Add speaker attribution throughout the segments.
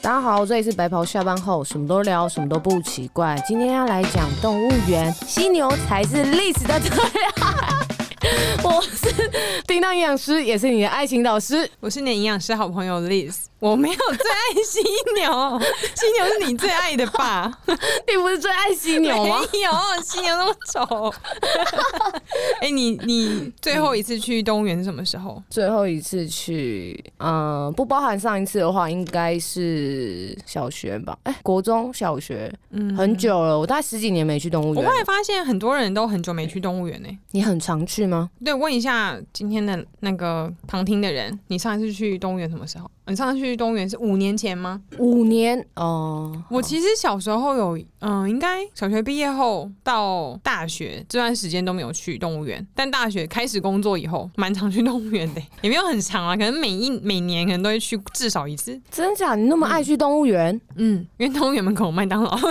Speaker 1: 大家好，这里是白袍下班后，什么都聊，什么都不奇怪。今天要来讲动物园，犀牛才是历史的最爱。我是叮当营养师，也是你的爱情导师。
Speaker 2: 我是你的营养师好朋友 Liz，我没有最爱犀牛， 犀牛是你最爱的吧？
Speaker 1: 你不是最爱犀牛啊 吗？
Speaker 2: 没有，犀牛那么丑。 哎、你你最后一次去动物园是什么时候？
Speaker 1: 最后一次去，嗯，不包含上一次的话，应该是小学吧？哎、国中小学，
Speaker 2: 嗯
Speaker 1: 很。久了，我大概十几年没去动物
Speaker 2: 我
Speaker 1: 园
Speaker 2: 后
Speaker 1: 了。
Speaker 2: 来发现很多人都很久没去动物园呢、
Speaker 1: 你很常去吗？
Speaker 2: 对，问一下今天的那个旁听的人，你上一次去动物园什么时候？你上次去动物园是五年前吗？
Speaker 1: 五年哦，
Speaker 2: 我其实小时候有，嗯、应该小学毕业后到大学这段时间都没有去动物园，但大学开始工作以后，蛮常去动物园的， 也没有很长啊，可能每一每年可能都会去至少一次。
Speaker 1: 真假？你那么爱去动物园？
Speaker 2: 嗯，因为动物园门口有麦当
Speaker 1: 哦
Speaker 2: 劳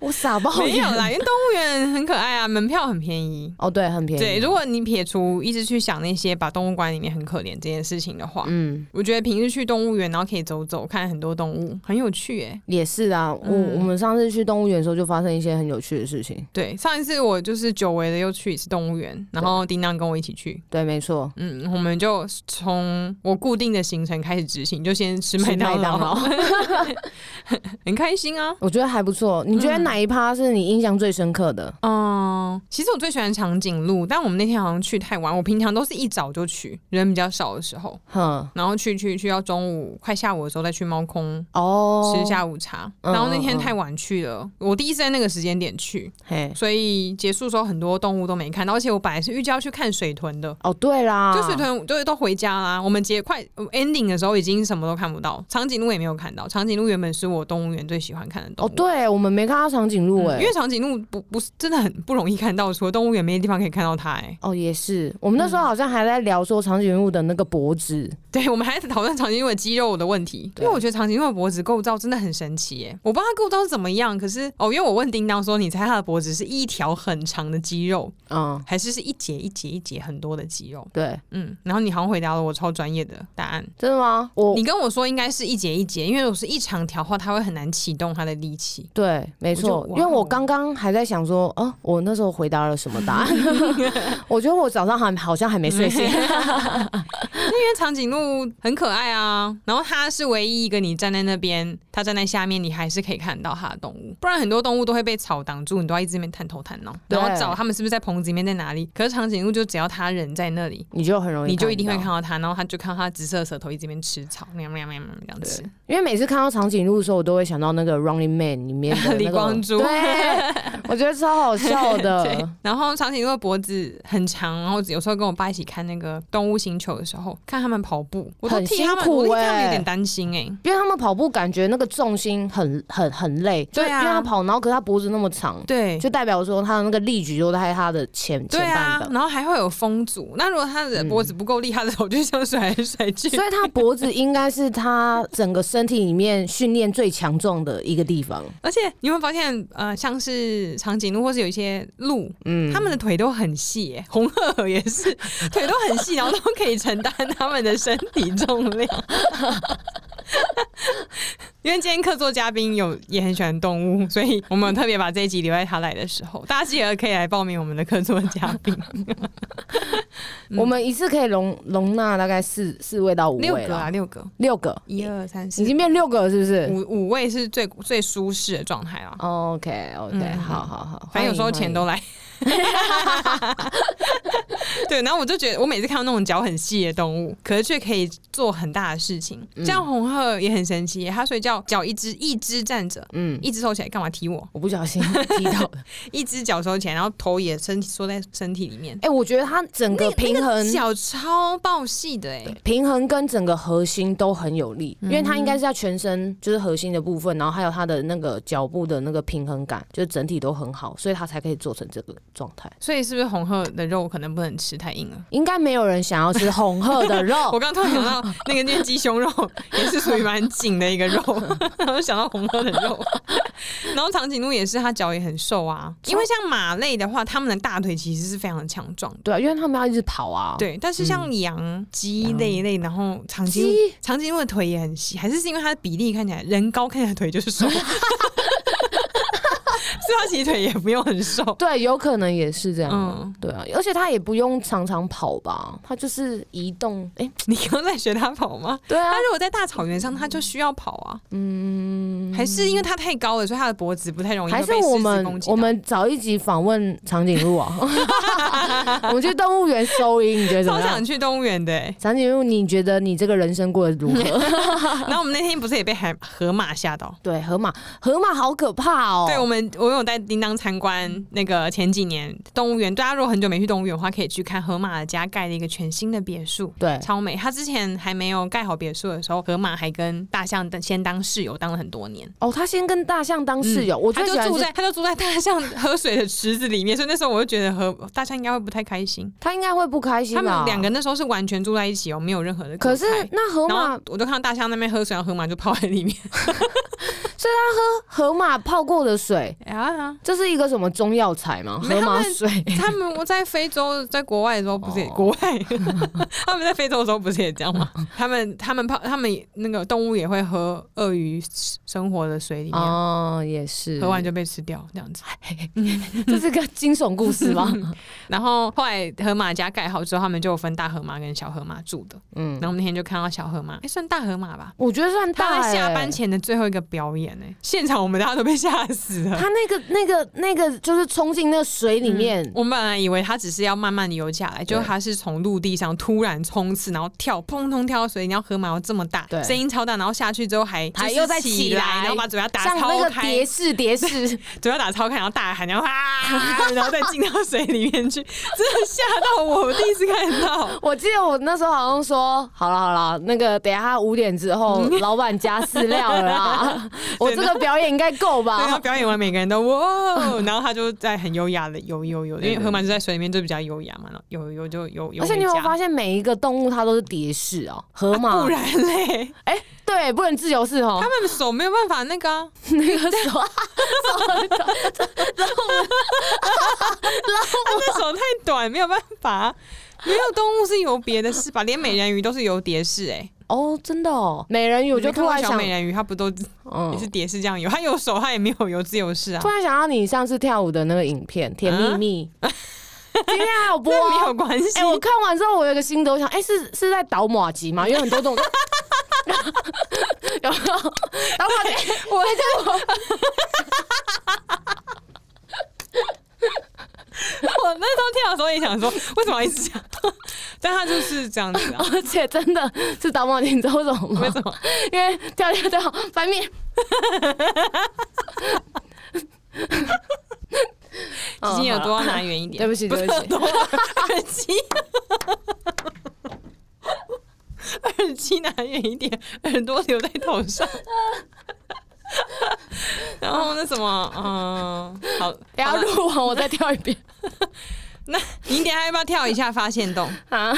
Speaker 1: 我傻爆
Speaker 2: 没
Speaker 1: 眼
Speaker 2: 有啦，因为动物园很可爱啊，门票很便宜。
Speaker 1: 哦，对，很便宜。
Speaker 2: 对，如果你撇除一直去想那些把动物馆里面很可怜这件事情的话，
Speaker 1: 嗯，
Speaker 2: 我觉得平日去动物园，然后可以走走，看很多动物，很有趣耶。
Speaker 1: 也是啊。我、
Speaker 2: 嗯
Speaker 1: 我们上次去动物园的时候，就发生一些很有趣的事情。
Speaker 2: 对，上一次我就是久违的又去一次动物园，然后叮当跟我一起去，
Speaker 1: 对，没错。
Speaker 2: 嗯，我们就从我固定的行程开始执行，就先吃麦当劳，
Speaker 1: 吃
Speaker 2: 很开心啊。
Speaker 1: 我觉得还不错。你觉得哪一趴是你印象最深刻的？
Speaker 2: 嗯，其实我最喜欢长颈鹿，但我们那天好像去太晚，我平常都是一早就去，人比较少的时候，
Speaker 1: 哼，
Speaker 2: 然后去去去到中午快下午的时候再去猫空。
Speaker 1: 哦，
Speaker 2: 吃，下午茶，
Speaker 1: 嗯
Speaker 2: 然后那天
Speaker 1: 嗯嗯
Speaker 2: 太晚去了，我第一次在那个时间点去，
Speaker 1: 嘿，
Speaker 2: 所以结束的时候很多动物都没看到，而且我本来是预计要去看水豚的，
Speaker 1: 哦，对啦，
Speaker 2: 就水豚就是都回家啦。我们结快呃 ending 的时候已经什么都看不到，长颈鹿也没有看到。长颈鹿原本是我动物园最喜欢看的动
Speaker 1: 哦，
Speaker 2: 物。
Speaker 1: 对，我们没看到长颈鹿
Speaker 2: 嗯
Speaker 1: 哎、
Speaker 2: 因为长颈鹿不不是真的很不容易看到，除了动物园没地方可以看到它、哎，
Speaker 1: 哦，也是，我们那时
Speaker 2: 嗯
Speaker 1: 候好像还在聊说长颈鹿的那个脖子，
Speaker 2: 对，我们还在讨论长颈鹿的肌肉的问题，因
Speaker 1: 对
Speaker 2: 为我觉得长颈鹿的脖子构造真的很神奇、哎，我不知道它构造是怎么样，可是哦，因为我问叮当说，你猜它的脖子是一条很长的肌肉，
Speaker 1: 嗯，
Speaker 2: 还是是一节一节一节很多的肌肉？
Speaker 1: 对，
Speaker 2: 嗯，然后你好像回答了我超专业的答案，
Speaker 1: 真的吗？我
Speaker 2: 你跟我说应该是一节一节，因为我是一长条的话，它会很难启动它的力气。
Speaker 1: 对，没
Speaker 2: 我
Speaker 1: 错
Speaker 2: 就，哇
Speaker 1: 因为我
Speaker 2: 哦
Speaker 1: 刚刚还在想说，哦、我那时候回答了什么 答案？我觉得我早上还好像还没睡醒。
Speaker 2: 因为长颈鹿很可爱啊，然后它是唯一一个你站在那边，它站在下面，你还是可以看到它的动物。不然很多动物都会被草挡住，你都要一直在那边探头探脑，
Speaker 1: 对
Speaker 2: 然后找它们是不是在棚子里面在哪里。可是长颈鹿就只要它人在那里。
Speaker 1: 你就很容易，
Speaker 2: 你就一定会看。到它，然后它就看到它紫色的舌头一直在那边吃草，喵喵喵喵喵这样吃。
Speaker 1: 因为每次看到长颈鹿的时候，我都会想到那个《Running Man》里 面的、那个
Speaker 2: 李光洙
Speaker 1: 对， 我觉得超好笑
Speaker 2: 对
Speaker 1: 的。，
Speaker 2: 然后长颈鹿的脖子很长，然后有时候跟我爸一起看那个《动物星球》的时候，看他们跑步，我都
Speaker 1: 很
Speaker 2: 替
Speaker 1: 辛
Speaker 2: 他们，
Speaker 1: 苦
Speaker 2: 我替他们
Speaker 1: 欸
Speaker 2: 有点担心哎、
Speaker 1: 因为他们跑步感觉那个重心很很很累，就
Speaker 2: 对啊
Speaker 1: 因为他跑，然后可是他脖子那么长，
Speaker 2: 对。
Speaker 1: 就代表说他的那个力矩都在他的前前
Speaker 2: 对
Speaker 1: 半嗯
Speaker 2: 啊，
Speaker 1: 段，
Speaker 2: 然后还会有风阻。那如果他的脖子不够力，他的手就像甩来甩去。
Speaker 1: 所以他脖子应该是他整个身体里面训练最强壮的一个地方。
Speaker 2: 而且你有没有发现，呃，像是长颈鹿或是有一些鹿，
Speaker 1: 嗯，
Speaker 2: 它们的腿都很细、欸，红鹤儿也 是腿都很细，然后都可以承担它们的身体重量。 因为今天客座嘉宾有也很喜欢动物，所以我们有特别把这一集留在他来的时候，大家记得可以来报名我们的客座嘉宾，嗯
Speaker 1: 我们一次可以容容纳大概四四位 到五
Speaker 2: 六
Speaker 1: 位
Speaker 2: 个啊，
Speaker 1: 了，
Speaker 2: 六个，
Speaker 1: 六个，
Speaker 2: 一二三
Speaker 1: 已
Speaker 2: 四
Speaker 1: 经变六个了，是不是？
Speaker 2: 五五位是最最舒适的状态啦。
Speaker 1: OK OK，、
Speaker 2: 嗯
Speaker 1: 好好好，
Speaker 2: 反正有时候钱都来。 对，然后我就觉得，我每次看到那种脚很细的动物，可是却可以做很大的事情。像红鹤也很神奇耶，它睡觉脚一只一只站着，
Speaker 1: 欢迎欢迎嗯，
Speaker 2: 一只收起来，干嘛踢我？
Speaker 1: 我不小 心踢到了。
Speaker 2: 一只脚收起来，然后头也身缩在身体里面，
Speaker 1: 哎、我觉得它整个平衡、
Speaker 2: 脚超爆细的哎。
Speaker 1: 平衡跟整个核心都很有力，因为它应该是要全身就是核心的部分，然后还有它的那个脚步的那个平衡感，就是整体都很好，所以它才可以做成这个。状态。
Speaker 2: 所以是不是红鹤的肉可能不能吃太硬了？
Speaker 1: 应该没有人想要吃红鹤的 肉
Speaker 2: 我，刚刚突然想到，那个念鸡胸肉也是属于蛮紧的一个肉，然后想到红鹤的肉，然后长颈鹿也是，它脚也很瘦啊。因为像马类的话，它们的大腿其实是非常强壮的，
Speaker 1: 对啊，因为他们要一直跑啊。，
Speaker 2: 对。但是像羊、鸡那一类，然后长颈鹿
Speaker 1: 鸡
Speaker 2: 长颈鹿的腿也很细，还是是因为它的比例看起来人高，看起来腿就是瘦，所 以它其实腿也不用很瘦。
Speaker 1: 对，有可能也是这样啊。
Speaker 2: 嗯
Speaker 1: 对啊，而且它也不用常常跑吧，它就是移动。哎、
Speaker 2: 你刚在学它跑吗？
Speaker 1: 对啊
Speaker 2: 它，如果在大草原上，它就需要跑啊。
Speaker 1: 嗯，
Speaker 2: 还是因为它太高了，所以它的脖子不太容易
Speaker 1: 还
Speaker 2: 会
Speaker 1: 是
Speaker 2: 被狮
Speaker 1: 我
Speaker 2: 子
Speaker 1: 们
Speaker 2: 攻击到。
Speaker 1: 我们找一集访问长颈鹿 啊， 我们去动物园收音，你觉得怎
Speaker 2: 超
Speaker 1: 么样，
Speaker 2: 想？去动物园的、欸
Speaker 1: 长颈鹿，你觉得你这个人生过得如 何？
Speaker 2: 然后我们那天不是也被海河马吓到？
Speaker 1: 对，河马，河马好可怕哦。
Speaker 2: 对，我们我有带叮当参观那个前几年动物园，大家如果很久没去动物园的话，可以去看河马的家盖了一个全新的别墅，
Speaker 1: 对
Speaker 2: 超美。它之前还没有盖好别墅的时候，河马还跟大象的先当室友，当了很多年。
Speaker 1: 哦，他先跟大象当室友，我
Speaker 2: 他
Speaker 1: 最
Speaker 2: 就
Speaker 1: 喜欢
Speaker 2: 住
Speaker 1: 是
Speaker 2: 在他就住在大象喝水的池子里面，所以那时候我就觉得河大象应该会不太开心。
Speaker 1: 他应该会不开心
Speaker 2: 他
Speaker 1: 吧？
Speaker 2: 们两个那时候是完全住在一起哦，没有任何的隔
Speaker 1: 可是
Speaker 2: 开
Speaker 1: 那河
Speaker 2: 然
Speaker 1: 马
Speaker 2: 后，我就看到大象那边喝水，然后河马就泡在 里面。
Speaker 1: 河马泡过的水，
Speaker 2: 啊，
Speaker 1: 这是一个什么中药材吗？
Speaker 2: 没
Speaker 1: 河
Speaker 2: 有
Speaker 1: 马
Speaker 2: 他们
Speaker 1: 水。
Speaker 2: 他们我在非洲，在国外的时候不是也、
Speaker 1: 哦
Speaker 2: 国外， 他们在非洲的时候不是也这样 吗？他们他们泡他们那个动物也会喝鳄鱼生活的水里面，
Speaker 1: 哦，也是，
Speaker 2: 喝完就被吃掉这 样子。
Speaker 1: 这是个惊悚故事 吗？
Speaker 2: 然后后来河马家盖好之后，他们就有分大河马跟小河马住的。
Speaker 1: 嗯
Speaker 2: 然，后我们那天就看到小河马，哎、算大河马吧。
Speaker 1: 我觉得算
Speaker 2: 他
Speaker 1: 大、
Speaker 2: 在
Speaker 1: 欸。
Speaker 2: 下班前的最后一个表演、哎，现场我们大家都被吓死 了。
Speaker 1: 他那个、那个、那个，就是冲进那个水里面，
Speaker 2: 我们本来以为它只是要慢慢的游下来，就它是从陆地上突然冲刺，然后跳，砰砰跳到水里。然后河马又这么大，
Speaker 1: 对
Speaker 2: 声音超大，然后下去之后还
Speaker 1: 还
Speaker 2: 就是
Speaker 1: 又再
Speaker 2: 起
Speaker 1: 起来
Speaker 2: 然后把嘴巴打
Speaker 1: 像那
Speaker 2: 超
Speaker 1: 个
Speaker 2: 开
Speaker 1: 蝶，式、蝶 式，
Speaker 2: 嘴巴打超开，然后大 喊，然后啊，然后再进到水里面去，真的吓到我，我第一次看 到。
Speaker 1: 我记得我那时候好像说，好了好了，那个等一下五点之后，
Speaker 2: 嗯
Speaker 1: 老板加饲料了 啦，我这个表演应该够
Speaker 2: 对，然后
Speaker 1: 吧？
Speaker 2: 表演完，每个人都 哇，然后他就在很优雅的游游游，因
Speaker 1: 对
Speaker 2: 为
Speaker 1: 对
Speaker 2: 河马就在水里面就比较优雅嘛，然后游游就游
Speaker 1: 嗯
Speaker 2: 游
Speaker 1: 而
Speaker 2: 回家。
Speaker 1: 且你有没有发现，每一个动物它都是蝶式哦，河马
Speaker 2: 啊不，然嘞，
Speaker 1: 哎、对，不能自由式哦
Speaker 2: 他，们手没有办法那个啊、
Speaker 1: 那个手， 手，然后
Speaker 2: 那手太短，没有办法。没有动物是游别的是吧？连美人鱼都是游蝶式哎、
Speaker 1: 哦，真的哦，美人鱼，我就
Speaker 2: 你看
Speaker 1: 突
Speaker 2: 过
Speaker 1: 然
Speaker 2: 小
Speaker 1: 想，
Speaker 2: 美人鱼，它不都也是
Speaker 1: 嗯，
Speaker 2: 蝶式这样游？它有手，它也没有游自由式啊
Speaker 1: 突，然想到你上次跳舞的那个影片《甜蜜蜜》，今天还有播
Speaker 2: 这
Speaker 1: 哦、
Speaker 2: 啊没有关系。
Speaker 1: 哎、我看完之后，我有一个心得，我想，哎、是是在倒马吉吗？因为很 多种，有没有倒马吉？我在我
Speaker 2: 我那时候跳的时候也想说，为什么要一直这样？ 但它就是这样子啊。
Speaker 1: 而且真的是倒马吉，你知道为什么吗？
Speaker 2: 为什么？
Speaker 1: 因为跳跳跳翻面。
Speaker 2: 鸡
Speaker 1: 哦
Speaker 2: 精
Speaker 1: 好
Speaker 2: 耳
Speaker 1: 了
Speaker 2: 朵要拿远一点。
Speaker 1: 对不起
Speaker 2: 不是
Speaker 1: 对不
Speaker 2: 耳
Speaker 1: 起
Speaker 2: 朵，耳机。 耳机拿远一点，耳朵留在头上。 然后那什么，嗯、好，
Speaker 1: 等一
Speaker 2: 好
Speaker 1: 下
Speaker 2: 了
Speaker 1: 录完我再跳一遍
Speaker 2: 那你等一下要不要跳一下发现洞？
Speaker 1: 啊！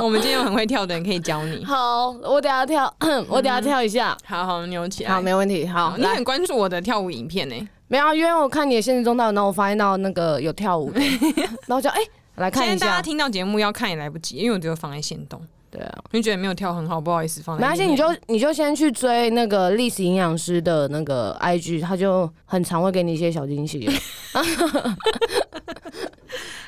Speaker 2: 我们今天有很会跳的人可以教你。
Speaker 1: 好，我等一下跳， 我等一下跳一下。
Speaker 2: 好嗯好扭起来。
Speaker 1: 好，没问题。好，
Speaker 2: 你
Speaker 1: 来
Speaker 2: 很，关注我的跳舞影片呢、
Speaker 1: 没有啊，因为我看你的现实中到，然后我发现到那个有跳 舞的，然后我就哎、来
Speaker 2: 现
Speaker 1: 看
Speaker 2: 在
Speaker 1: 一
Speaker 2: 大家
Speaker 1: 下。
Speaker 2: 听到节目要看也来不及，因为我只有放在线动，
Speaker 1: 对啊，
Speaker 2: 因为觉得没有跳很好，不好意思放
Speaker 1: 没
Speaker 2: 在
Speaker 1: 关
Speaker 2: 里面。
Speaker 1: 系，你就你就先去追那个历史营养师的那个 IG，他就很常会给你一些小惊 喜。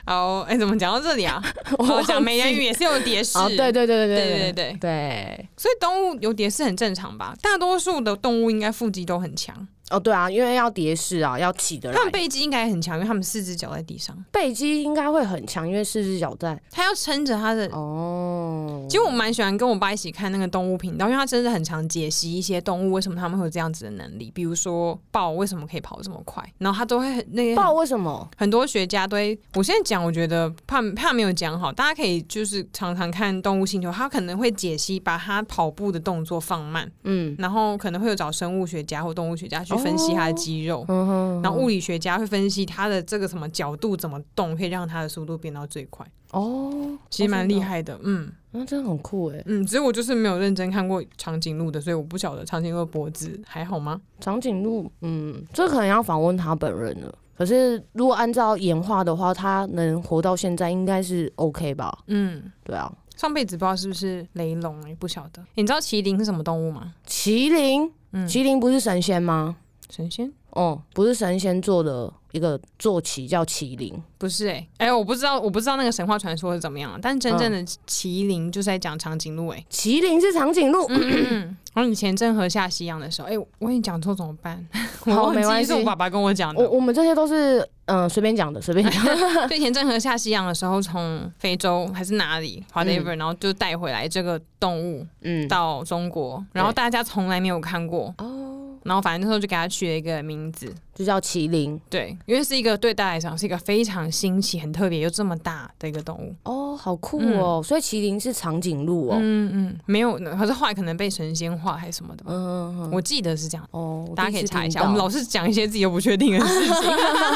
Speaker 2: 好，哎、怎么讲到这 里啊？
Speaker 1: 忘
Speaker 2: 我
Speaker 1: 记
Speaker 2: 讲美人鱼也是有蝶式，
Speaker 1: 啊，对对对对
Speaker 2: 对
Speaker 1: 对
Speaker 2: 对对，
Speaker 1: 对。
Speaker 2: 所以动物有蝶式很正常吧？大多数的动物应该腹肌都很强，
Speaker 1: 哦，对啊，因为要蝶式啊，要起得来
Speaker 2: 它。们背肌应该也很强，因为它们四只脚在地上，
Speaker 1: 背肌应该会很强，因为四只脚在。
Speaker 2: 它要撑着它的。
Speaker 1: 哦，
Speaker 2: 其实我蛮喜欢跟我爸一起看那个动物频道，因为他真的很常解析一些动物为什么他们会有这样子的能力，比如说豹为什么可以跑这么快，然后他都会很那
Speaker 1: 不
Speaker 2: 个
Speaker 1: 知道为什么
Speaker 2: 很多学家都会，我现在讲，我觉得怕怕没有讲好，大家可以就是常常看《动物星球》，它可能会解析把它跑步的动作放慢，嗯，然后可能会有找生物学家或动物学家去去分析它的肌肉。
Speaker 1: 嗯哼，
Speaker 2: 然后物理学家会分析它的这个什么角度怎么动，可以让它的速度变到最快，
Speaker 1: 哦，
Speaker 2: 其实蛮厉害的。
Speaker 1: 哦，真
Speaker 2: 嗯
Speaker 1: 的哦，那真的很酷哎。
Speaker 2: 嗯，只是我就是没有认真看过长颈鹿的，所以我不晓得长颈鹿的脖子还好吗？
Speaker 1: 长颈鹿，嗯，这可能要访问他本人了。可是如果按照演化的话，他能活到现在应该是 OK 吧？
Speaker 2: 嗯，
Speaker 1: 对啊，
Speaker 2: 上辈子不知道是不是雷龙、欸，不晓得。你知道麒麟是什么动物吗？
Speaker 1: 麒麟，
Speaker 2: 嗯，
Speaker 1: 麒麟不是神仙吗？
Speaker 2: 神仙。
Speaker 1: 哦、不是神仙做的一个坐骑叫麒麟，
Speaker 2: 不是哎、欸、哎、我不知道，我不知道那个神话传说是怎么样啊，但是真
Speaker 1: 嗯
Speaker 2: 正的麒麟就是在讲长颈鹿哎、欸
Speaker 1: 麒麟是长颈鹿，
Speaker 2: 嗯然后以前郑和下西洋的时候，哎、我跟你讲错怎么 办？我
Speaker 1: 好
Speaker 2: 忘
Speaker 1: 没关
Speaker 2: 记
Speaker 1: 系
Speaker 2: 是我爸爸跟我讲的。
Speaker 1: 我我们这些都是嗯随、便讲的，随便 讲。
Speaker 2: 就以前郑和下西洋的时候，从非洲还是哪里，whatever，、然后就带回来这个动物
Speaker 1: 嗯，
Speaker 2: 到中国，然后大家从来没有看过，
Speaker 1: 哦，
Speaker 2: 然后反正那时候就给它取了一个名字，
Speaker 1: 就叫麒麟。
Speaker 2: 对，因为是一个对大家来讲是一个非常新奇、很特别又这么大的一个动物。
Speaker 1: 哦，好酷哦！所以麒麟是长颈鹿哦。嗯
Speaker 2: 嗯嗯，没有，可是后来可能被神仙化还是什么的吧，
Speaker 1: 嗯嗯
Speaker 2: 我记得是这样。
Speaker 1: 哦，我
Speaker 2: 大家
Speaker 1: 第
Speaker 2: 可以
Speaker 1: 次
Speaker 2: 查一
Speaker 1: 听
Speaker 2: 下，我们
Speaker 1: 到
Speaker 2: 老是讲一些自己又不确定的 事 情。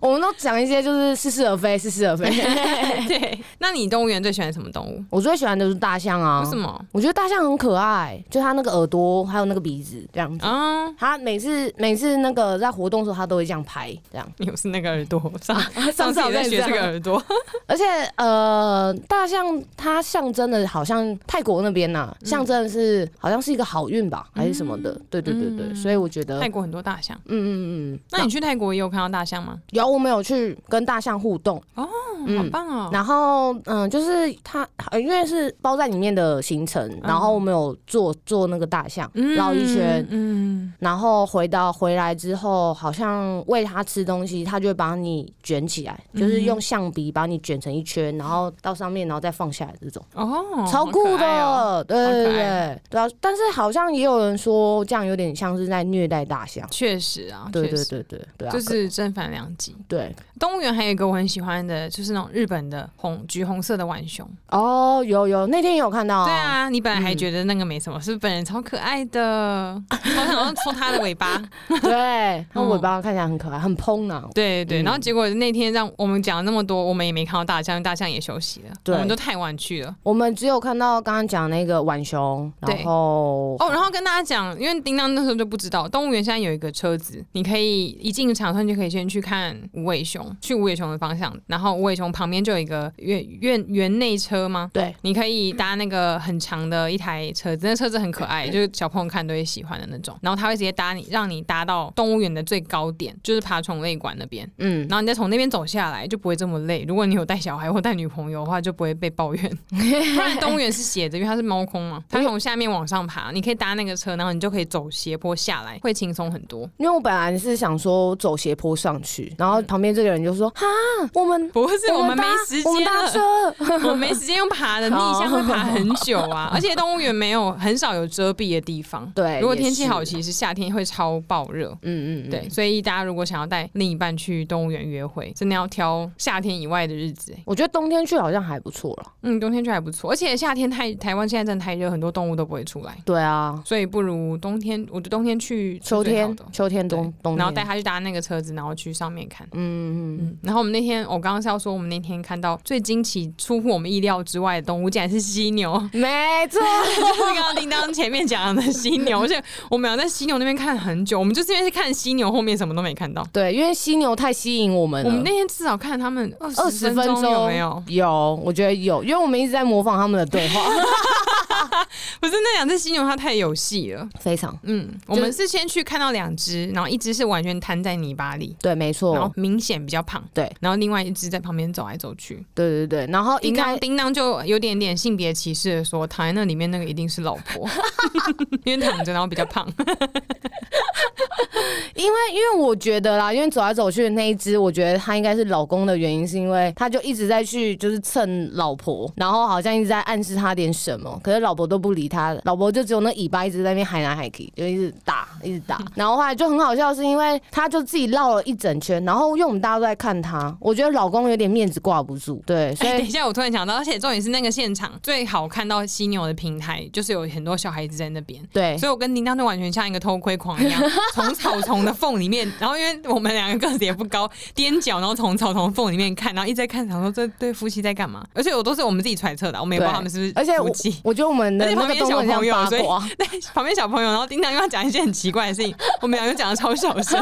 Speaker 1: 我们都讲一些就是似是而非，似是而非。
Speaker 2: 对，那你动物园最喜欢什么动物？
Speaker 1: 我最喜欢的就是大象啊，
Speaker 2: 为什么？
Speaker 1: 我觉得大象很可爱，就它那个耳朵还有那个鼻子这样子。
Speaker 2: 啊，
Speaker 1: 它每次每次那个在活动的时候，它都会这样拍这样。
Speaker 2: 又是那个耳朵 上， 上次
Speaker 1: 次
Speaker 2: 我
Speaker 1: 好像也
Speaker 2: 在学
Speaker 1: 这
Speaker 2: 这个
Speaker 1: 样
Speaker 2: 耳朵。
Speaker 1: 而且呃，大象它象征的好像泰国那边呐、
Speaker 2: 嗯
Speaker 1: 象征的是好像是一个好运吧，还是什么的。对对对对，
Speaker 2: 嗯
Speaker 1: 所以我觉得
Speaker 2: 泰，国很多大象，
Speaker 1: 嗯嗯嗯嗯，
Speaker 2: 那你去泰国也有看到大象吗？
Speaker 1: 有我们有去跟大象互动，
Speaker 2: 嗯，
Speaker 1: 嗯
Speaker 2: 好棒哦！
Speaker 1: 然后嗯，就是它呃因为是包在里面的行程，然后我们有坐坐那个大象
Speaker 2: 嗯
Speaker 1: 绕一圈，
Speaker 2: 嗯，
Speaker 1: 然后回到回来之后，好像喂它吃东西，它就会把你卷起来，
Speaker 2: 嗯
Speaker 1: 就是用象鼻把你卷成一圈，然后到上面，然后再放下来这种，
Speaker 2: 哦，
Speaker 1: 超
Speaker 2: 好
Speaker 1: 酷
Speaker 2: 可
Speaker 1: 的，
Speaker 2: 爱哦
Speaker 1: 对对
Speaker 2: 好可
Speaker 1: 对
Speaker 2: 爱
Speaker 1: 对对啊！但是好像也有人说这样有点像是在虐待大象，
Speaker 2: 确实啊，
Speaker 1: 对
Speaker 2: 确
Speaker 1: 对
Speaker 2: 实，
Speaker 1: 对对对啊，
Speaker 2: 就
Speaker 1: 可
Speaker 2: 是正反两极。
Speaker 1: 对
Speaker 2: 动物园还有一个我很喜欢的，就是那种日本的红橘红色的浣熊。
Speaker 1: 哦，有有那天也有看到，
Speaker 2: 对，啊，你本来还
Speaker 1: 嗯
Speaker 2: 觉得那个没什么，是不是本人超可爱 的，我想要抽它的尾巴。
Speaker 1: 对，它
Speaker 2: 嗯
Speaker 1: 尾巴看起来很可爱，很蓬呢、
Speaker 2: 对对，
Speaker 1: 嗯
Speaker 2: 然后结果那天让我们讲了那么多，我们也没看到大象，大象也休息了，
Speaker 1: 对
Speaker 2: 我们都太晚去了。
Speaker 1: 我们只有看到刚刚讲那个浣熊，
Speaker 2: 对
Speaker 1: 然后
Speaker 2: 哦，然后跟大家讲，因为叮当那时候就不知道，动物园现在有一个车子，你可以一进场的时候你就可以先去看无尾熊，去无尾熊的方向，然后无尾熊旁边就有一个园园园内车吗？
Speaker 1: 对，
Speaker 2: 你可以搭那个很长的一台车子，那车子很可 爱，就是小朋友看都会喜欢的那种。然后它会直接搭你，让你搭到动物园的最高点，就是爬虫类馆那边。
Speaker 1: 嗯，
Speaker 2: 然后你再从那边走下来，就不会这么累。如果你有带小孩或带女朋友的话，就不会被抱 怨。不然动物园是斜的，因为它是猫空嘛，它从下面往上爬，你可以搭那个车，然后你就可以走斜坡下来，会轻松很多。
Speaker 1: 因为我本来是想说走斜坡上去，然后旁边这个人就说：“哈，我们
Speaker 2: 不嗯 是，我们没
Speaker 1: 搭
Speaker 2: 时
Speaker 1: 我们
Speaker 2: 间啊
Speaker 1: 搭
Speaker 2: 了，
Speaker 1: 车。
Speaker 2: 我们没时间用爬 的，逆
Speaker 1: 好
Speaker 2: 向会爬很久啊。而且动物园没有很少有遮蔽的地方”，
Speaker 1: 对，
Speaker 2: 如果
Speaker 1: 也
Speaker 2: 天气
Speaker 1: 是
Speaker 2: 好，，其实夏天会超爆热。
Speaker 1: 嗯嗯，嗯
Speaker 2: 对，，所以大家如果想要带另一半去动物园约会，真的要挑夏天以外的日子、欸
Speaker 1: 我觉得冬天去好像还不错了。
Speaker 2: 嗯，冬天去还不错，而且夏天太台湾现在真的太热，很多动物都不会出来，
Speaker 1: 对啊，
Speaker 2: 所以不如冬天，我觉得冬天去是
Speaker 1: 秋
Speaker 2: 最好
Speaker 1: 天
Speaker 2: 的、
Speaker 1: 秋天、冬冬天，
Speaker 2: 然后带它去搭那个车子，然后去上面看。
Speaker 1: 嗯，嗯嗯，
Speaker 2: 嗯，然后我们那天，我刚刚是要说，我们那天看到最惊奇、出乎我们意料之外的动物，竟然是犀牛，
Speaker 1: 没错，
Speaker 2: 就是刚刚叮当前面讲的犀牛。而且我们俩在犀牛那边看很久，我们就是因为是看犀牛，后面什么都没看到。
Speaker 1: 对，因为犀牛太吸引我们
Speaker 2: 我们
Speaker 1: 了
Speaker 2: 那。天至少看他们二
Speaker 1: 二
Speaker 2: 十
Speaker 1: 十
Speaker 2: 分
Speaker 1: 分
Speaker 2: 钟
Speaker 1: 钟
Speaker 2: 有没有？
Speaker 1: 有，我觉得有，因为我们一直在模仿他们的对 话，
Speaker 2: 不是那两只犀牛，它太有戏了。
Speaker 1: 非常
Speaker 2: 嗯，我
Speaker 1: 就是
Speaker 2: 们是先去看到两只，然后一只是完全瘫在泥巴里，
Speaker 1: 对，没
Speaker 2: 然后
Speaker 1: 错，
Speaker 2: 明显比较胖，
Speaker 1: 对，
Speaker 2: 然后另外一只在旁边走来走去。
Speaker 1: 对对对。然后一
Speaker 2: 叮当
Speaker 1: 开
Speaker 2: 叮当就有点点性别歧视的说，躺在那里面那个一定是老婆， 因为躺着然后比较 胖。
Speaker 1: 因为因为我觉得啦，因为走来走去的那一只，我觉得它应该是老公的原因，是因为他就一直在去就是蹭老婆，然后好像一直在暗示他点什么，可是老婆都不理他，老婆就只有那尾巴一直在那边海南海去，就一直打，一直打。然后后来就很好笑，是因为他就自己绕了一整圈，然后因为我们大家都在看他，我觉得老公有点面子挂不住，对，所
Speaker 2: 哎、等
Speaker 1: 以
Speaker 2: 一下，我突然想到，而且重点是那个现场最好看到犀牛的平台，就是有很多小孩子在那边。
Speaker 1: 对
Speaker 2: 所以我跟叮当就完全像一个偷窥狂一 样，从草丛的缝里面，然后因为我们两个个子也不高，踮脚，然后从草丛缝里面看，然后一直在看，想说这对夫妻在干嘛？而且我都是我们自己揣测的，啊我们也不知道他们是不是
Speaker 1: 而且
Speaker 2: 夫
Speaker 1: 我
Speaker 2: 妻。
Speaker 1: 我觉得我们的
Speaker 2: 而且
Speaker 1: 那
Speaker 2: 旁
Speaker 1: 个
Speaker 2: 边
Speaker 1: 动作很像
Speaker 2: 小
Speaker 1: 八
Speaker 2: 朋友
Speaker 1: 卦，
Speaker 2: 对，旁边小朋友，然后叮当又要讲一些很奇怪的事情，我们两个讲的超小 声，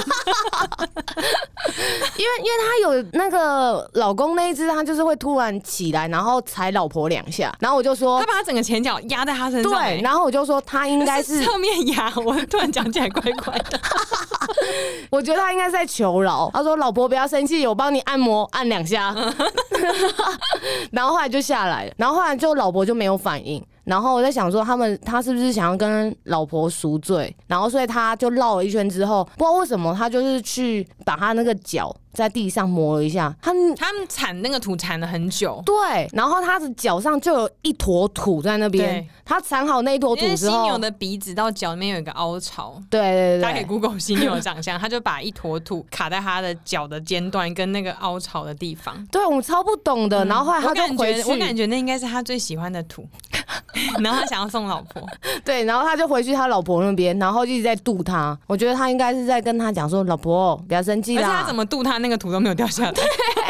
Speaker 1: 因为因为他有那个老公那一只，他就是会突然起来，然后踩老婆两下，然后我就说
Speaker 2: 他把他整个前脚压在他身上、
Speaker 1: 对，然后我就说他应
Speaker 2: 应
Speaker 1: 该是，
Speaker 2: 侧面压，我突然讲起来怪怪的。
Speaker 1: 我觉得他应该是在求饶。他说老婆不要生气，我帮你按摩按两 下，然后后来就下来了，然后后来就老婆就没有反应。然后我在想说，他们他是不是想要跟老婆赎罪？然后所以他就绕了一圈之后，不知道为什么他就是去把他那个脚在地上磨了一下， 他
Speaker 2: 他们铲那个土铲了很久，
Speaker 1: 对，然后他的脚上就有一坨土在那边
Speaker 2: 对。
Speaker 1: 他铲好那一坨
Speaker 2: 因为
Speaker 1: 土
Speaker 2: 犀
Speaker 1: 之后
Speaker 2: 牛，的鼻子到脚里面有一个凹槽。
Speaker 1: 对对
Speaker 2: 大家可以
Speaker 1: 对
Speaker 2: Google 犀牛的长相，他就把一坨土卡在他的脚的尖端跟那个凹槽的地方。
Speaker 1: 对，我们超不懂的。然后后来
Speaker 2: 我
Speaker 1: 他就
Speaker 2: 感
Speaker 1: 回
Speaker 2: 嗯觉，我感
Speaker 1: 去，
Speaker 2: 觉那应该是他最喜欢的土， 然后他想要送老 婆。
Speaker 1: 对，然后他就回去他老婆那边，然后一直在度他。我觉得他应该是在跟他讲说：“老婆，不要生气
Speaker 2: 而且他
Speaker 1: 啦
Speaker 2: 怎，么渡他那个土都没有掉下来，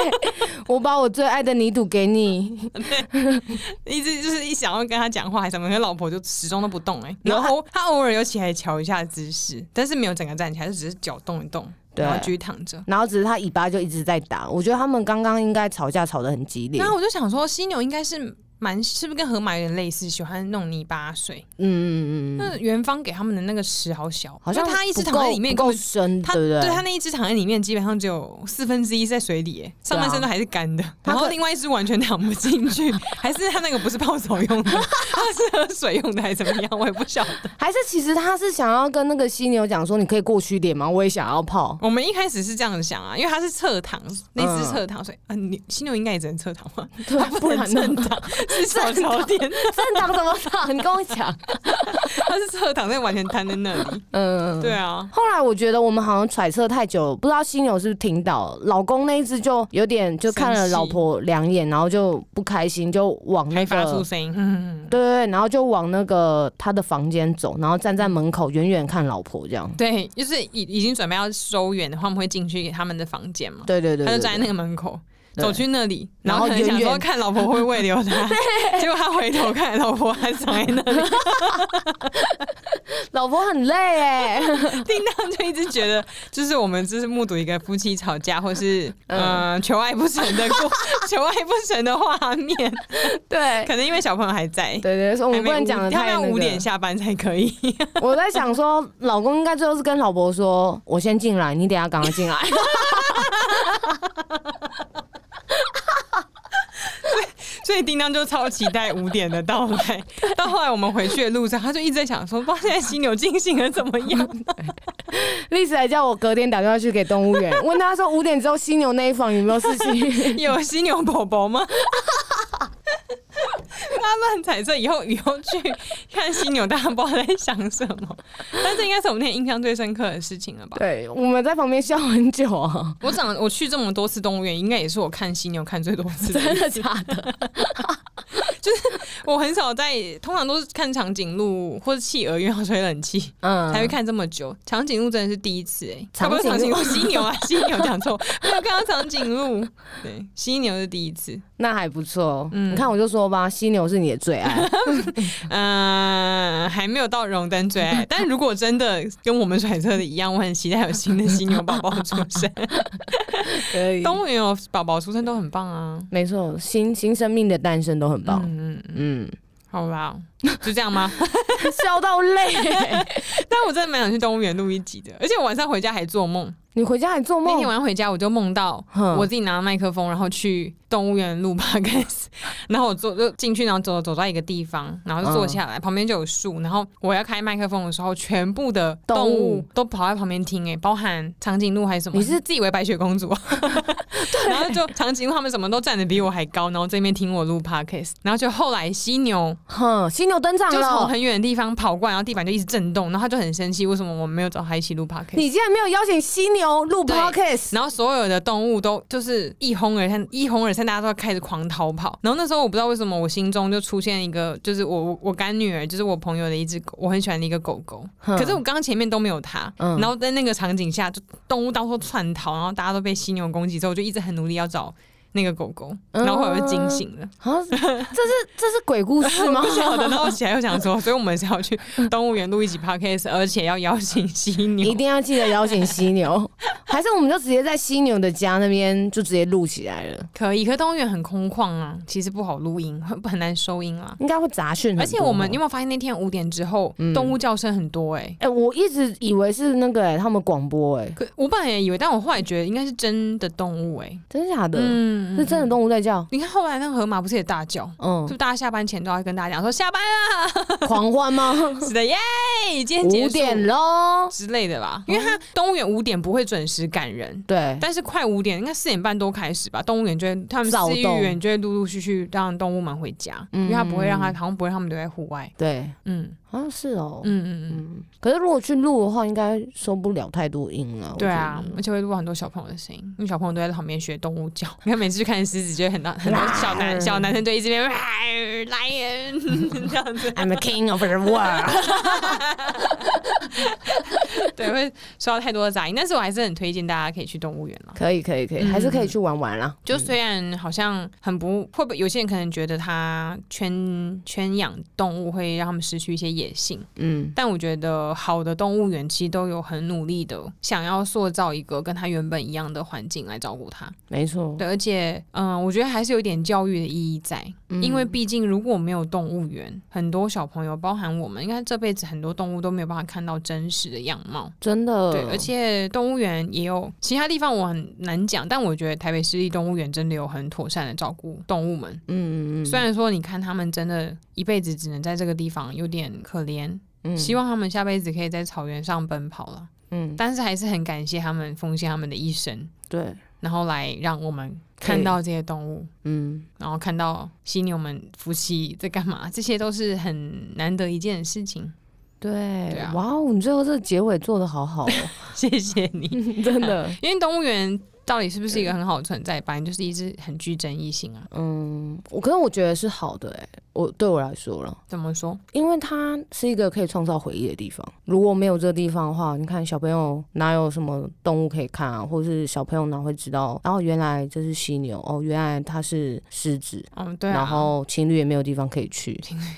Speaker 1: 我把我最爱的泥土给你。
Speaker 2: 一直就是一想要跟他讲话还是什么，可是老婆就始终都不动哎、
Speaker 1: 然后
Speaker 2: 然后他偶尔有起来瞧一下姿势，但是没有整个站起来，就只是脚动一动，
Speaker 1: 对
Speaker 2: 然后继续躺着”。
Speaker 1: 然后只是他尾巴就一直在打。我觉得他们刚刚应该吵架吵得很激烈
Speaker 2: 然。后我就想说，犀牛应该是蛮是不是跟河马有点类似，喜欢弄泥巴水。
Speaker 1: 嗯嗯嗯嗯，
Speaker 2: 那园方给他们的那个池好小，
Speaker 1: 好像
Speaker 2: 就它一只
Speaker 1: 不
Speaker 2: 躺在
Speaker 1: 够
Speaker 2: 里面
Speaker 1: 不够
Speaker 2: 根本。
Speaker 1: 深，
Speaker 2: 它
Speaker 1: 对不
Speaker 2: 它那一只躺在里面，基本上只有四分之一在水里，哎上半身都还是干的，
Speaker 1: 它
Speaker 2: 然后
Speaker 1: 啊可
Speaker 2: 另外一只完全躺不进去，还是它那个不是泡手 用的，它是喝水用的还是怎么样，我也不晓得。
Speaker 1: 还是其实他是想要跟那个犀牛讲说：“你可以过去一点吗？我也想要泡。”
Speaker 2: 我们一开始是这样想啊，因为它是侧躺，那
Speaker 1: 嗯
Speaker 2: 只侧躺，所以啊，你犀牛应该也只能侧躺嘛，
Speaker 1: 对，啊不然呢？
Speaker 2: 正躺 是手朝天，
Speaker 1: 正常怎么躺？你跟我 讲。
Speaker 2: 它是侧躺，那完全瘫在那里。
Speaker 1: 嗯，
Speaker 2: 对。啊，
Speaker 1: 后来我觉得我们好像揣测太久了，不知道犀牛是不是听到了老公那一只就有点就看了
Speaker 2: 生气
Speaker 1: 老婆两眼，然后就不开心，就往那
Speaker 2: 还发出
Speaker 1: 个
Speaker 2: 声音，嗯，
Speaker 1: 对对对，然后就往那个他的房间走，然后站在门口远远看老婆这样。
Speaker 2: 对，就是已已经准备要收园的话，我们会进去他们的房间嘛，
Speaker 1: 对对对
Speaker 2: 他
Speaker 1: 对
Speaker 2: 就站在
Speaker 1: 对
Speaker 2: 那个门口。
Speaker 1: 对
Speaker 2: 走去那里，
Speaker 1: 然
Speaker 2: 然
Speaker 1: 后
Speaker 2: 后可能想
Speaker 1: 远
Speaker 2: 说
Speaker 1: 远
Speaker 2: 看老婆会挽留 他，结果他回头看老婆还躺在那里，
Speaker 1: 老婆很累哎、
Speaker 2: 叮当就一直觉得就是我们就是目睹一个夫妻吵架或是
Speaker 1: 嗯
Speaker 2: 呃求爱不成的过 求爱不成的画面，
Speaker 1: 对
Speaker 2: 可能因为小朋友还在，
Speaker 1: 对对，所以我
Speaker 2: 还
Speaker 1: 们不
Speaker 2: 没
Speaker 1: 能
Speaker 2: 五
Speaker 1: 讲的
Speaker 2: 他们
Speaker 1: 太
Speaker 2: 要
Speaker 1: 那
Speaker 2: 五点
Speaker 1: 个。
Speaker 2: 下班才可以，
Speaker 1: 我在想说，老公应该最后是跟老婆说：“我先进来，你等一下赶快进来。”
Speaker 2: 所以叮当就超期待五点的到来。到后来我们回去的路上，他就一直在想说，不知道现在犀牛进行的怎么样。
Speaker 1: 丽子还叫我隔天打电话去给动物园，问他说五点之后犀牛那一房有没有事 情。
Speaker 2: 有犀牛宝宝吗？他乱猜测，以后以后去看犀牛，大家不知道在想什么。但这应该是我们那天印象最深刻的事情了吧？
Speaker 1: 对，我们在旁边笑很久 啊，
Speaker 2: 我长我去这么多次动物园，应该也是我看犀牛看最多次的。
Speaker 1: 真的假的？
Speaker 2: 我很少在，通常都是看长颈鹿或者企鹅，因为要吹冷气。
Speaker 1: 嗯，
Speaker 2: 才会看这么久。长颈鹿真的是第一次哎、欸，
Speaker 1: 长
Speaker 2: 啊不是长
Speaker 1: 颈
Speaker 2: 颈
Speaker 1: 鹿
Speaker 2: 鹿 犀牛啊，犀牛讲错，没有看到长颈鹿。对，犀牛是第一次。
Speaker 1: 那还不错。
Speaker 2: 嗯
Speaker 1: 你看我就说吧，犀牛是你的最爱。
Speaker 2: 嗯、还没有到荣登最爱，但如果真的跟我们揣测的一样，我很期待有新的犀牛宝宝出 生。
Speaker 1: 可以
Speaker 2: 动物园有宝宝出生都很棒啊。
Speaker 1: 没错，新新生命的诞生都很棒。
Speaker 2: 嗯嗯，
Speaker 1: 嗯，
Speaker 2: 好吧，就这样吗？
Speaker 1: 笑到累。
Speaker 2: 但我真的蛮想去动物园录一集的，而且我晚上回家还做梦，
Speaker 1: 你回家还做
Speaker 2: 那
Speaker 1: 梦
Speaker 2: 天？晚上回家，我就梦到
Speaker 1: 哼
Speaker 2: 我自己拿麦克风，然后去动物园录 podcast，然 后我坐就进去，然后走走到一个地方，然后就坐下来，旁边就有树，然后我要开麦克风的时候，全部的动
Speaker 1: 动
Speaker 2: 物
Speaker 1: 物
Speaker 2: 都跑在旁边听、欸，包含长颈鹿还是什么，
Speaker 1: 你是
Speaker 2: 自以为白雪公主啊， 然后就长颈鹿他们什么都站得比我还高，然后这边听我录 podcast，然后就后来犀牛
Speaker 1: 哼，犀牛登场
Speaker 2: 就从
Speaker 1: 了，
Speaker 2: 很远的地方跑过来，然后地板就一直震动，然后他就很生气，为什么我们没有找他一起录 podcast？
Speaker 1: 你竟然没有邀请犀牛录
Speaker 2: 对
Speaker 1: podcast？
Speaker 2: 然后所有的动物都就是一哄而散，一哄而散，大家都要开始狂逃跑。然后那时候我不知道为什么，我心中就出现一个，就是我我我干女儿，就是我朋友的一只狗，我很喜欢的一个狗狗。
Speaker 1: 哼
Speaker 2: 可是我刚刚前面都没有它，
Speaker 1: 嗯
Speaker 2: 然后在那个场景下，就动物到处窜逃，然后大家都被犀牛攻击之后，我就一直很努力要找那个狗狗，
Speaker 1: 嗯
Speaker 2: 然后后来我就惊 醒了。
Speaker 1: 啊，这是这是鬼故事吗？
Speaker 2: 不晓得，然后起来又想说，所以我们是要去动物园录一集 podcast，而且要邀请犀
Speaker 1: 一
Speaker 2: 牛。
Speaker 1: 定要记得邀请犀 牛，还是我们就直接在犀牛的家那边就直接录起来了，
Speaker 2: 可以，可动物园很空旷啊，其实不好录音，很很难收音啊。
Speaker 1: 应该会杂讯很多
Speaker 2: 而
Speaker 1: 哦。
Speaker 2: 且我们你有没有发现那天五点之后，
Speaker 1: 嗯
Speaker 2: 动物叫声很多哎、
Speaker 1: 哎、
Speaker 2: 欸
Speaker 1: 我一直以为是那个、欸、他们广播哎、
Speaker 2: 可我本来也以为，但我后来觉得应该是真的动物哎、欸
Speaker 1: 真假的？
Speaker 2: 嗯，
Speaker 1: 是真的动物在叫，
Speaker 2: 你看后来那个河马不是也大叫，
Speaker 1: 嗯
Speaker 2: 就，大家下班前都要跟大家讲说下班
Speaker 1: 狂欢 吗？
Speaker 2: 了， 是的耶，今天结
Speaker 1: 五
Speaker 2: 束
Speaker 1: 点喽，
Speaker 2: 之类的吧，因为它动物园五点不会准时赶人。
Speaker 1: 对，
Speaker 2: 但是快五点，应该四点半多开始吧。动物园就会，他们
Speaker 1: 躁
Speaker 2: 饲
Speaker 1: 动
Speaker 2: 育员就会陆陆续续让动物们回家，
Speaker 1: 嗯
Speaker 2: 因为他不会让他，好像不会让他们留在户外。
Speaker 1: 对，
Speaker 2: 嗯
Speaker 1: 好、像是哦、
Speaker 2: 嗯嗯嗯，
Speaker 1: 嗯，可是如果去录的话，应该收不了太多音了。我
Speaker 2: 对
Speaker 1: 觉
Speaker 2: 啊
Speaker 1: 得，
Speaker 2: 而且会录很多小朋友的声音，因为小朋友都在旁边学动物叫。 你看每次去看狮子，就会很大 很多小男小男生就一直边 lion 这样子，
Speaker 1: ，I'm the king of the world。
Speaker 2: 对，会收到太多的杂音。但是我还是很推荐大家可以去动物园了。
Speaker 1: 可以，可以，
Speaker 2: 嗯
Speaker 1: 可以，还是可以去玩玩啦。
Speaker 2: 就虽然好像很不会不会，有些人可能觉得他圈圈养动物会让他们失去一些野性，
Speaker 1: 嗯，
Speaker 2: 但我觉得好的动物园其实都有很努力的想要塑造一个跟它原本一样的环境来照顾它。
Speaker 1: 没错。
Speaker 2: 对，而且嗯、我觉得还是有一点教育的意义在，
Speaker 1: 嗯
Speaker 2: 因为毕竟如果没有动物园，很多小朋友，包含我们，应该这辈子很多动物都没有办法看到真实的样貌。
Speaker 1: 真的，
Speaker 2: 对，而且动物园也有其他地方我很难讲，但我觉得台北市立动物园真的有很妥善的照顾动物们。
Speaker 1: 嗯，嗯嗯，
Speaker 2: 虽然说你看他们真的一辈子只能在这个地方，有点可怜，
Speaker 1: 嗯
Speaker 2: 希望他们下辈子可以在草原上奔跑了。
Speaker 1: 嗯，
Speaker 2: 但是还是很感谢他们奉献他们的一生，
Speaker 1: 对，
Speaker 2: 然后来让我们看
Speaker 1: 对
Speaker 2: 到这些动物，
Speaker 1: 嗯，
Speaker 2: 然后看到犀牛们夫妻在干嘛，这些都是很难得一件的事情。
Speaker 1: 对，
Speaker 2: 对啊
Speaker 1: 哇哦，你最后这个结尾做的好 好、哦，
Speaker 2: 谢谢你，
Speaker 1: 真的，
Speaker 2: 因为动物园到底是不是一个很好的存在，反正就是一直很具争议性啊。
Speaker 1: 嗯， 我可是我觉得是好的、哎，我对我来说了。
Speaker 2: 怎么说？
Speaker 1: 因为它是一个可以创造回忆的地方。如果没有这个地方的话，你看小朋友哪有什么动物可以看啊？或者是小朋友哪会知道？然后原来这是犀牛，哦，原来它是狮子。
Speaker 2: 嗯，对啊，
Speaker 1: 然后情侣也没有地方可以去，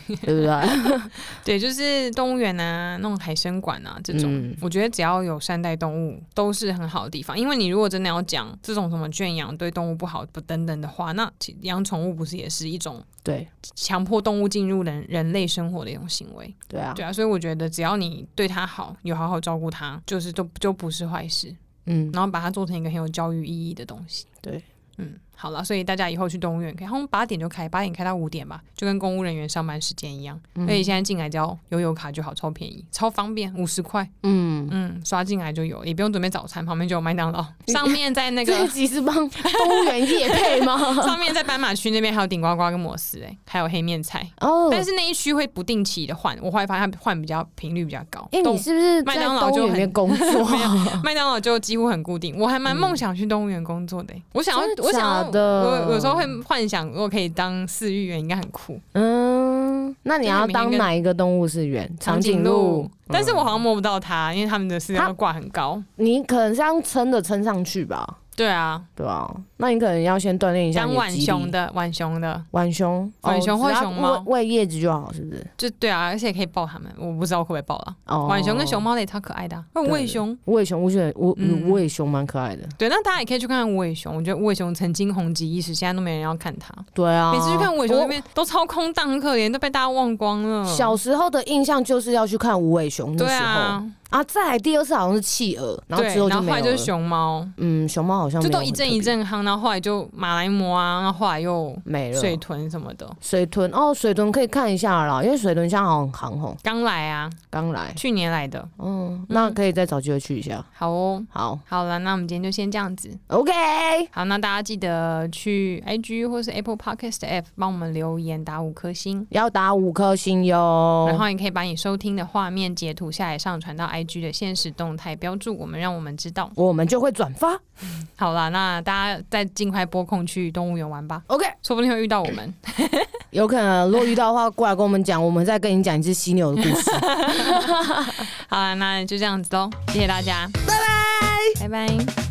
Speaker 1: 对不对？
Speaker 2: 对，就是动物园啊，那种海参馆啊，这种、
Speaker 1: 嗯
Speaker 2: 我觉得只要有善待动物，都是很好的地方。因为你如果真的要讲这种什么圈养对动物不好不等等的话，那其养宠物不是也是一种
Speaker 1: 对
Speaker 2: 强迫动物进入人人类生活的一种行为？
Speaker 1: 对啊，
Speaker 2: 对啊，所以我觉得只要你对它好，有好好照顾它，就是都就不是坏事。
Speaker 1: 嗯，
Speaker 2: 然后把它做成一个很有教育意义的东西。
Speaker 1: 对，
Speaker 2: 嗯，好了，所以大家以后去动物园可以，好像八点就开，八点开到五点吧，就跟公务人员上班时间一样。
Speaker 1: 嗯
Speaker 2: 而且现在进来只要悠游卡就好，超便宜，超方便，五十块，
Speaker 1: 嗯，
Speaker 2: 嗯，刷进来就有，也不用准备早餐，旁边就有 麦当劳。上面在那
Speaker 1: 这一
Speaker 2: 个，
Speaker 1: 集是帮动物园业配 吗？
Speaker 2: 上面在斑马区那边还有顶呱呱跟摩斯、欸，还有黑面菜。
Speaker 1: 哦，
Speaker 2: 但是那一区会不定期的换，我后来发现它换比较频率比较高。
Speaker 1: 哎，
Speaker 2: 动
Speaker 1: 你是不是
Speaker 2: 麦
Speaker 1: 在
Speaker 2: 当劳
Speaker 1: 动
Speaker 2: 就
Speaker 1: 物园里
Speaker 2: 很
Speaker 1: 面工作
Speaker 2: 没有
Speaker 1: 哦
Speaker 2: 麦当劳就几乎很固定。我还蛮梦想去动物园工作的欸、我想
Speaker 1: 嗯
Speaker 2: 要
Speaker 1: 真，的
Speaker 2: 我想要，
Speaker 1: 假的
Speaker 2: 我有时候会幻想，如果可以当饲育员，应该很酷。
Speaker 1: 嗯，那你要当哪一个动物是园？长颈鹿，嗯
Speaker 2: 但是我好像摸不到它，因为他们的饲料
Speaker 1: 它
Speaker 2: 都挂很高。
Speaker 1: 你可能是要用撑的撑上去吧？
Speaker 2: 对啊，
Speaker 1: 对啊，那你可能要先锻炼一下
Speaker 2: 当
Speaker 1: 你的
Speaker 2: 浣
Speaker 1: 肌
Speaker 2: 熊
Speaker 1: 力。
Speaker 2: 的浣熊的，
Speaker 1: 浣熊，
Speaker 2: 浣熊
Speaker 1: 哦
Speaker 2: 或
Speaker 1: 只要
Speaker 2: 熊猫
Speaker 1: 喂喂叶子就好，是不是？
Speaker 2: 就对啊，而且可以抱它们，我不知道会不会抱了。
Speaker 1: 哦
Speaker 2: 浣熊跟熊，猫的也超可爱的、啊，那
Speaker 1: 对
Speaker 2: 无尾熊。
Speaker 1: 无尾熊，我觉得无
Speaker 2: 嗯
Speaker 1: 无尾熊蛮可爱的。
Speaker 2: 对，那大家也可以去看看无尾熊。我觉得无尾熊曾经红极一时，现在都没人要看它。
Speaker 1: 对啊，
Speaker 2: 每次去看无尾熊
Speaker 1: 我
Speaker 2: 那边都超空荡，很可怜，都被大家忘光了。
Speaker 1: 小时候的印象就是要去看无尾熊那
Speaker 2: 对
Speaker 1: 时候
Speaker 2: 啊，
Speaker 1: 啊，再来第二次好像是企鹅，然后
Speaker 2: 对
Speaker 1: 之，后
Speaker 2: 然
Speaker 1: 就
Speaker 2: 后
Speaker 1: 没
Speaker 2: 后来
Speaker 1: 有
Speaker 2: 就是
Speaker 1: 了。
Speaker 2: 熊猫，
Speaker 1: 嗯，熊猫好像
Speaker 2: 就
Speaker 1: 没有
Speaker 2: 都一
Speaker 1: 很
Speaker 2: 阵
Speaker 1: 特
Speaker 2: 一
Speaker 1: 别
Speaker 2: 阵夯，然后后来就马来貘啊，然后后来又
Speaker 1: 没了。
Speaker 2: 水豚什么的，
Speaker 1: 水豚哦，水豚可以看一下啦，因为水豚现在好像很红，
Speaker 2: 刚来啊，
Speaker 1: 刚来，
Speaker 2: 去年来的。
Speaker 1: 嗯，那可以再找机会去一下。
Speaker 2: 好哦，
Speaker 1: 好
Speaker 2: 好了，那我们今天就先这样子。
Speaker 1: ，OK，
Speaker 2: 好，那大家记得去 IG 或是 Apple Podcast 的 App 帮我们留言打五颗星。
Speaker 1: 要打五颗星哟。
Speaker 2: 然后也可以把你收听的画面截图下来，上传到 IG 的现实动态，标注我们，让我们知道。
Speaker 1: 我们就会转发
Speaker 2: 好啦，那大家再尽快拨空去动物园玩吧，
Speaker 1: ，OK。
Speaker 2: 说不定会遇到我们。
Speaker 1: 有可能如果遇到的话，过来跟我们讲，我们再跟你讲一次犀牛的故事。
Speaker 2: 好啦，那就这样子喽，谢谢大家，拜拜，拜拜。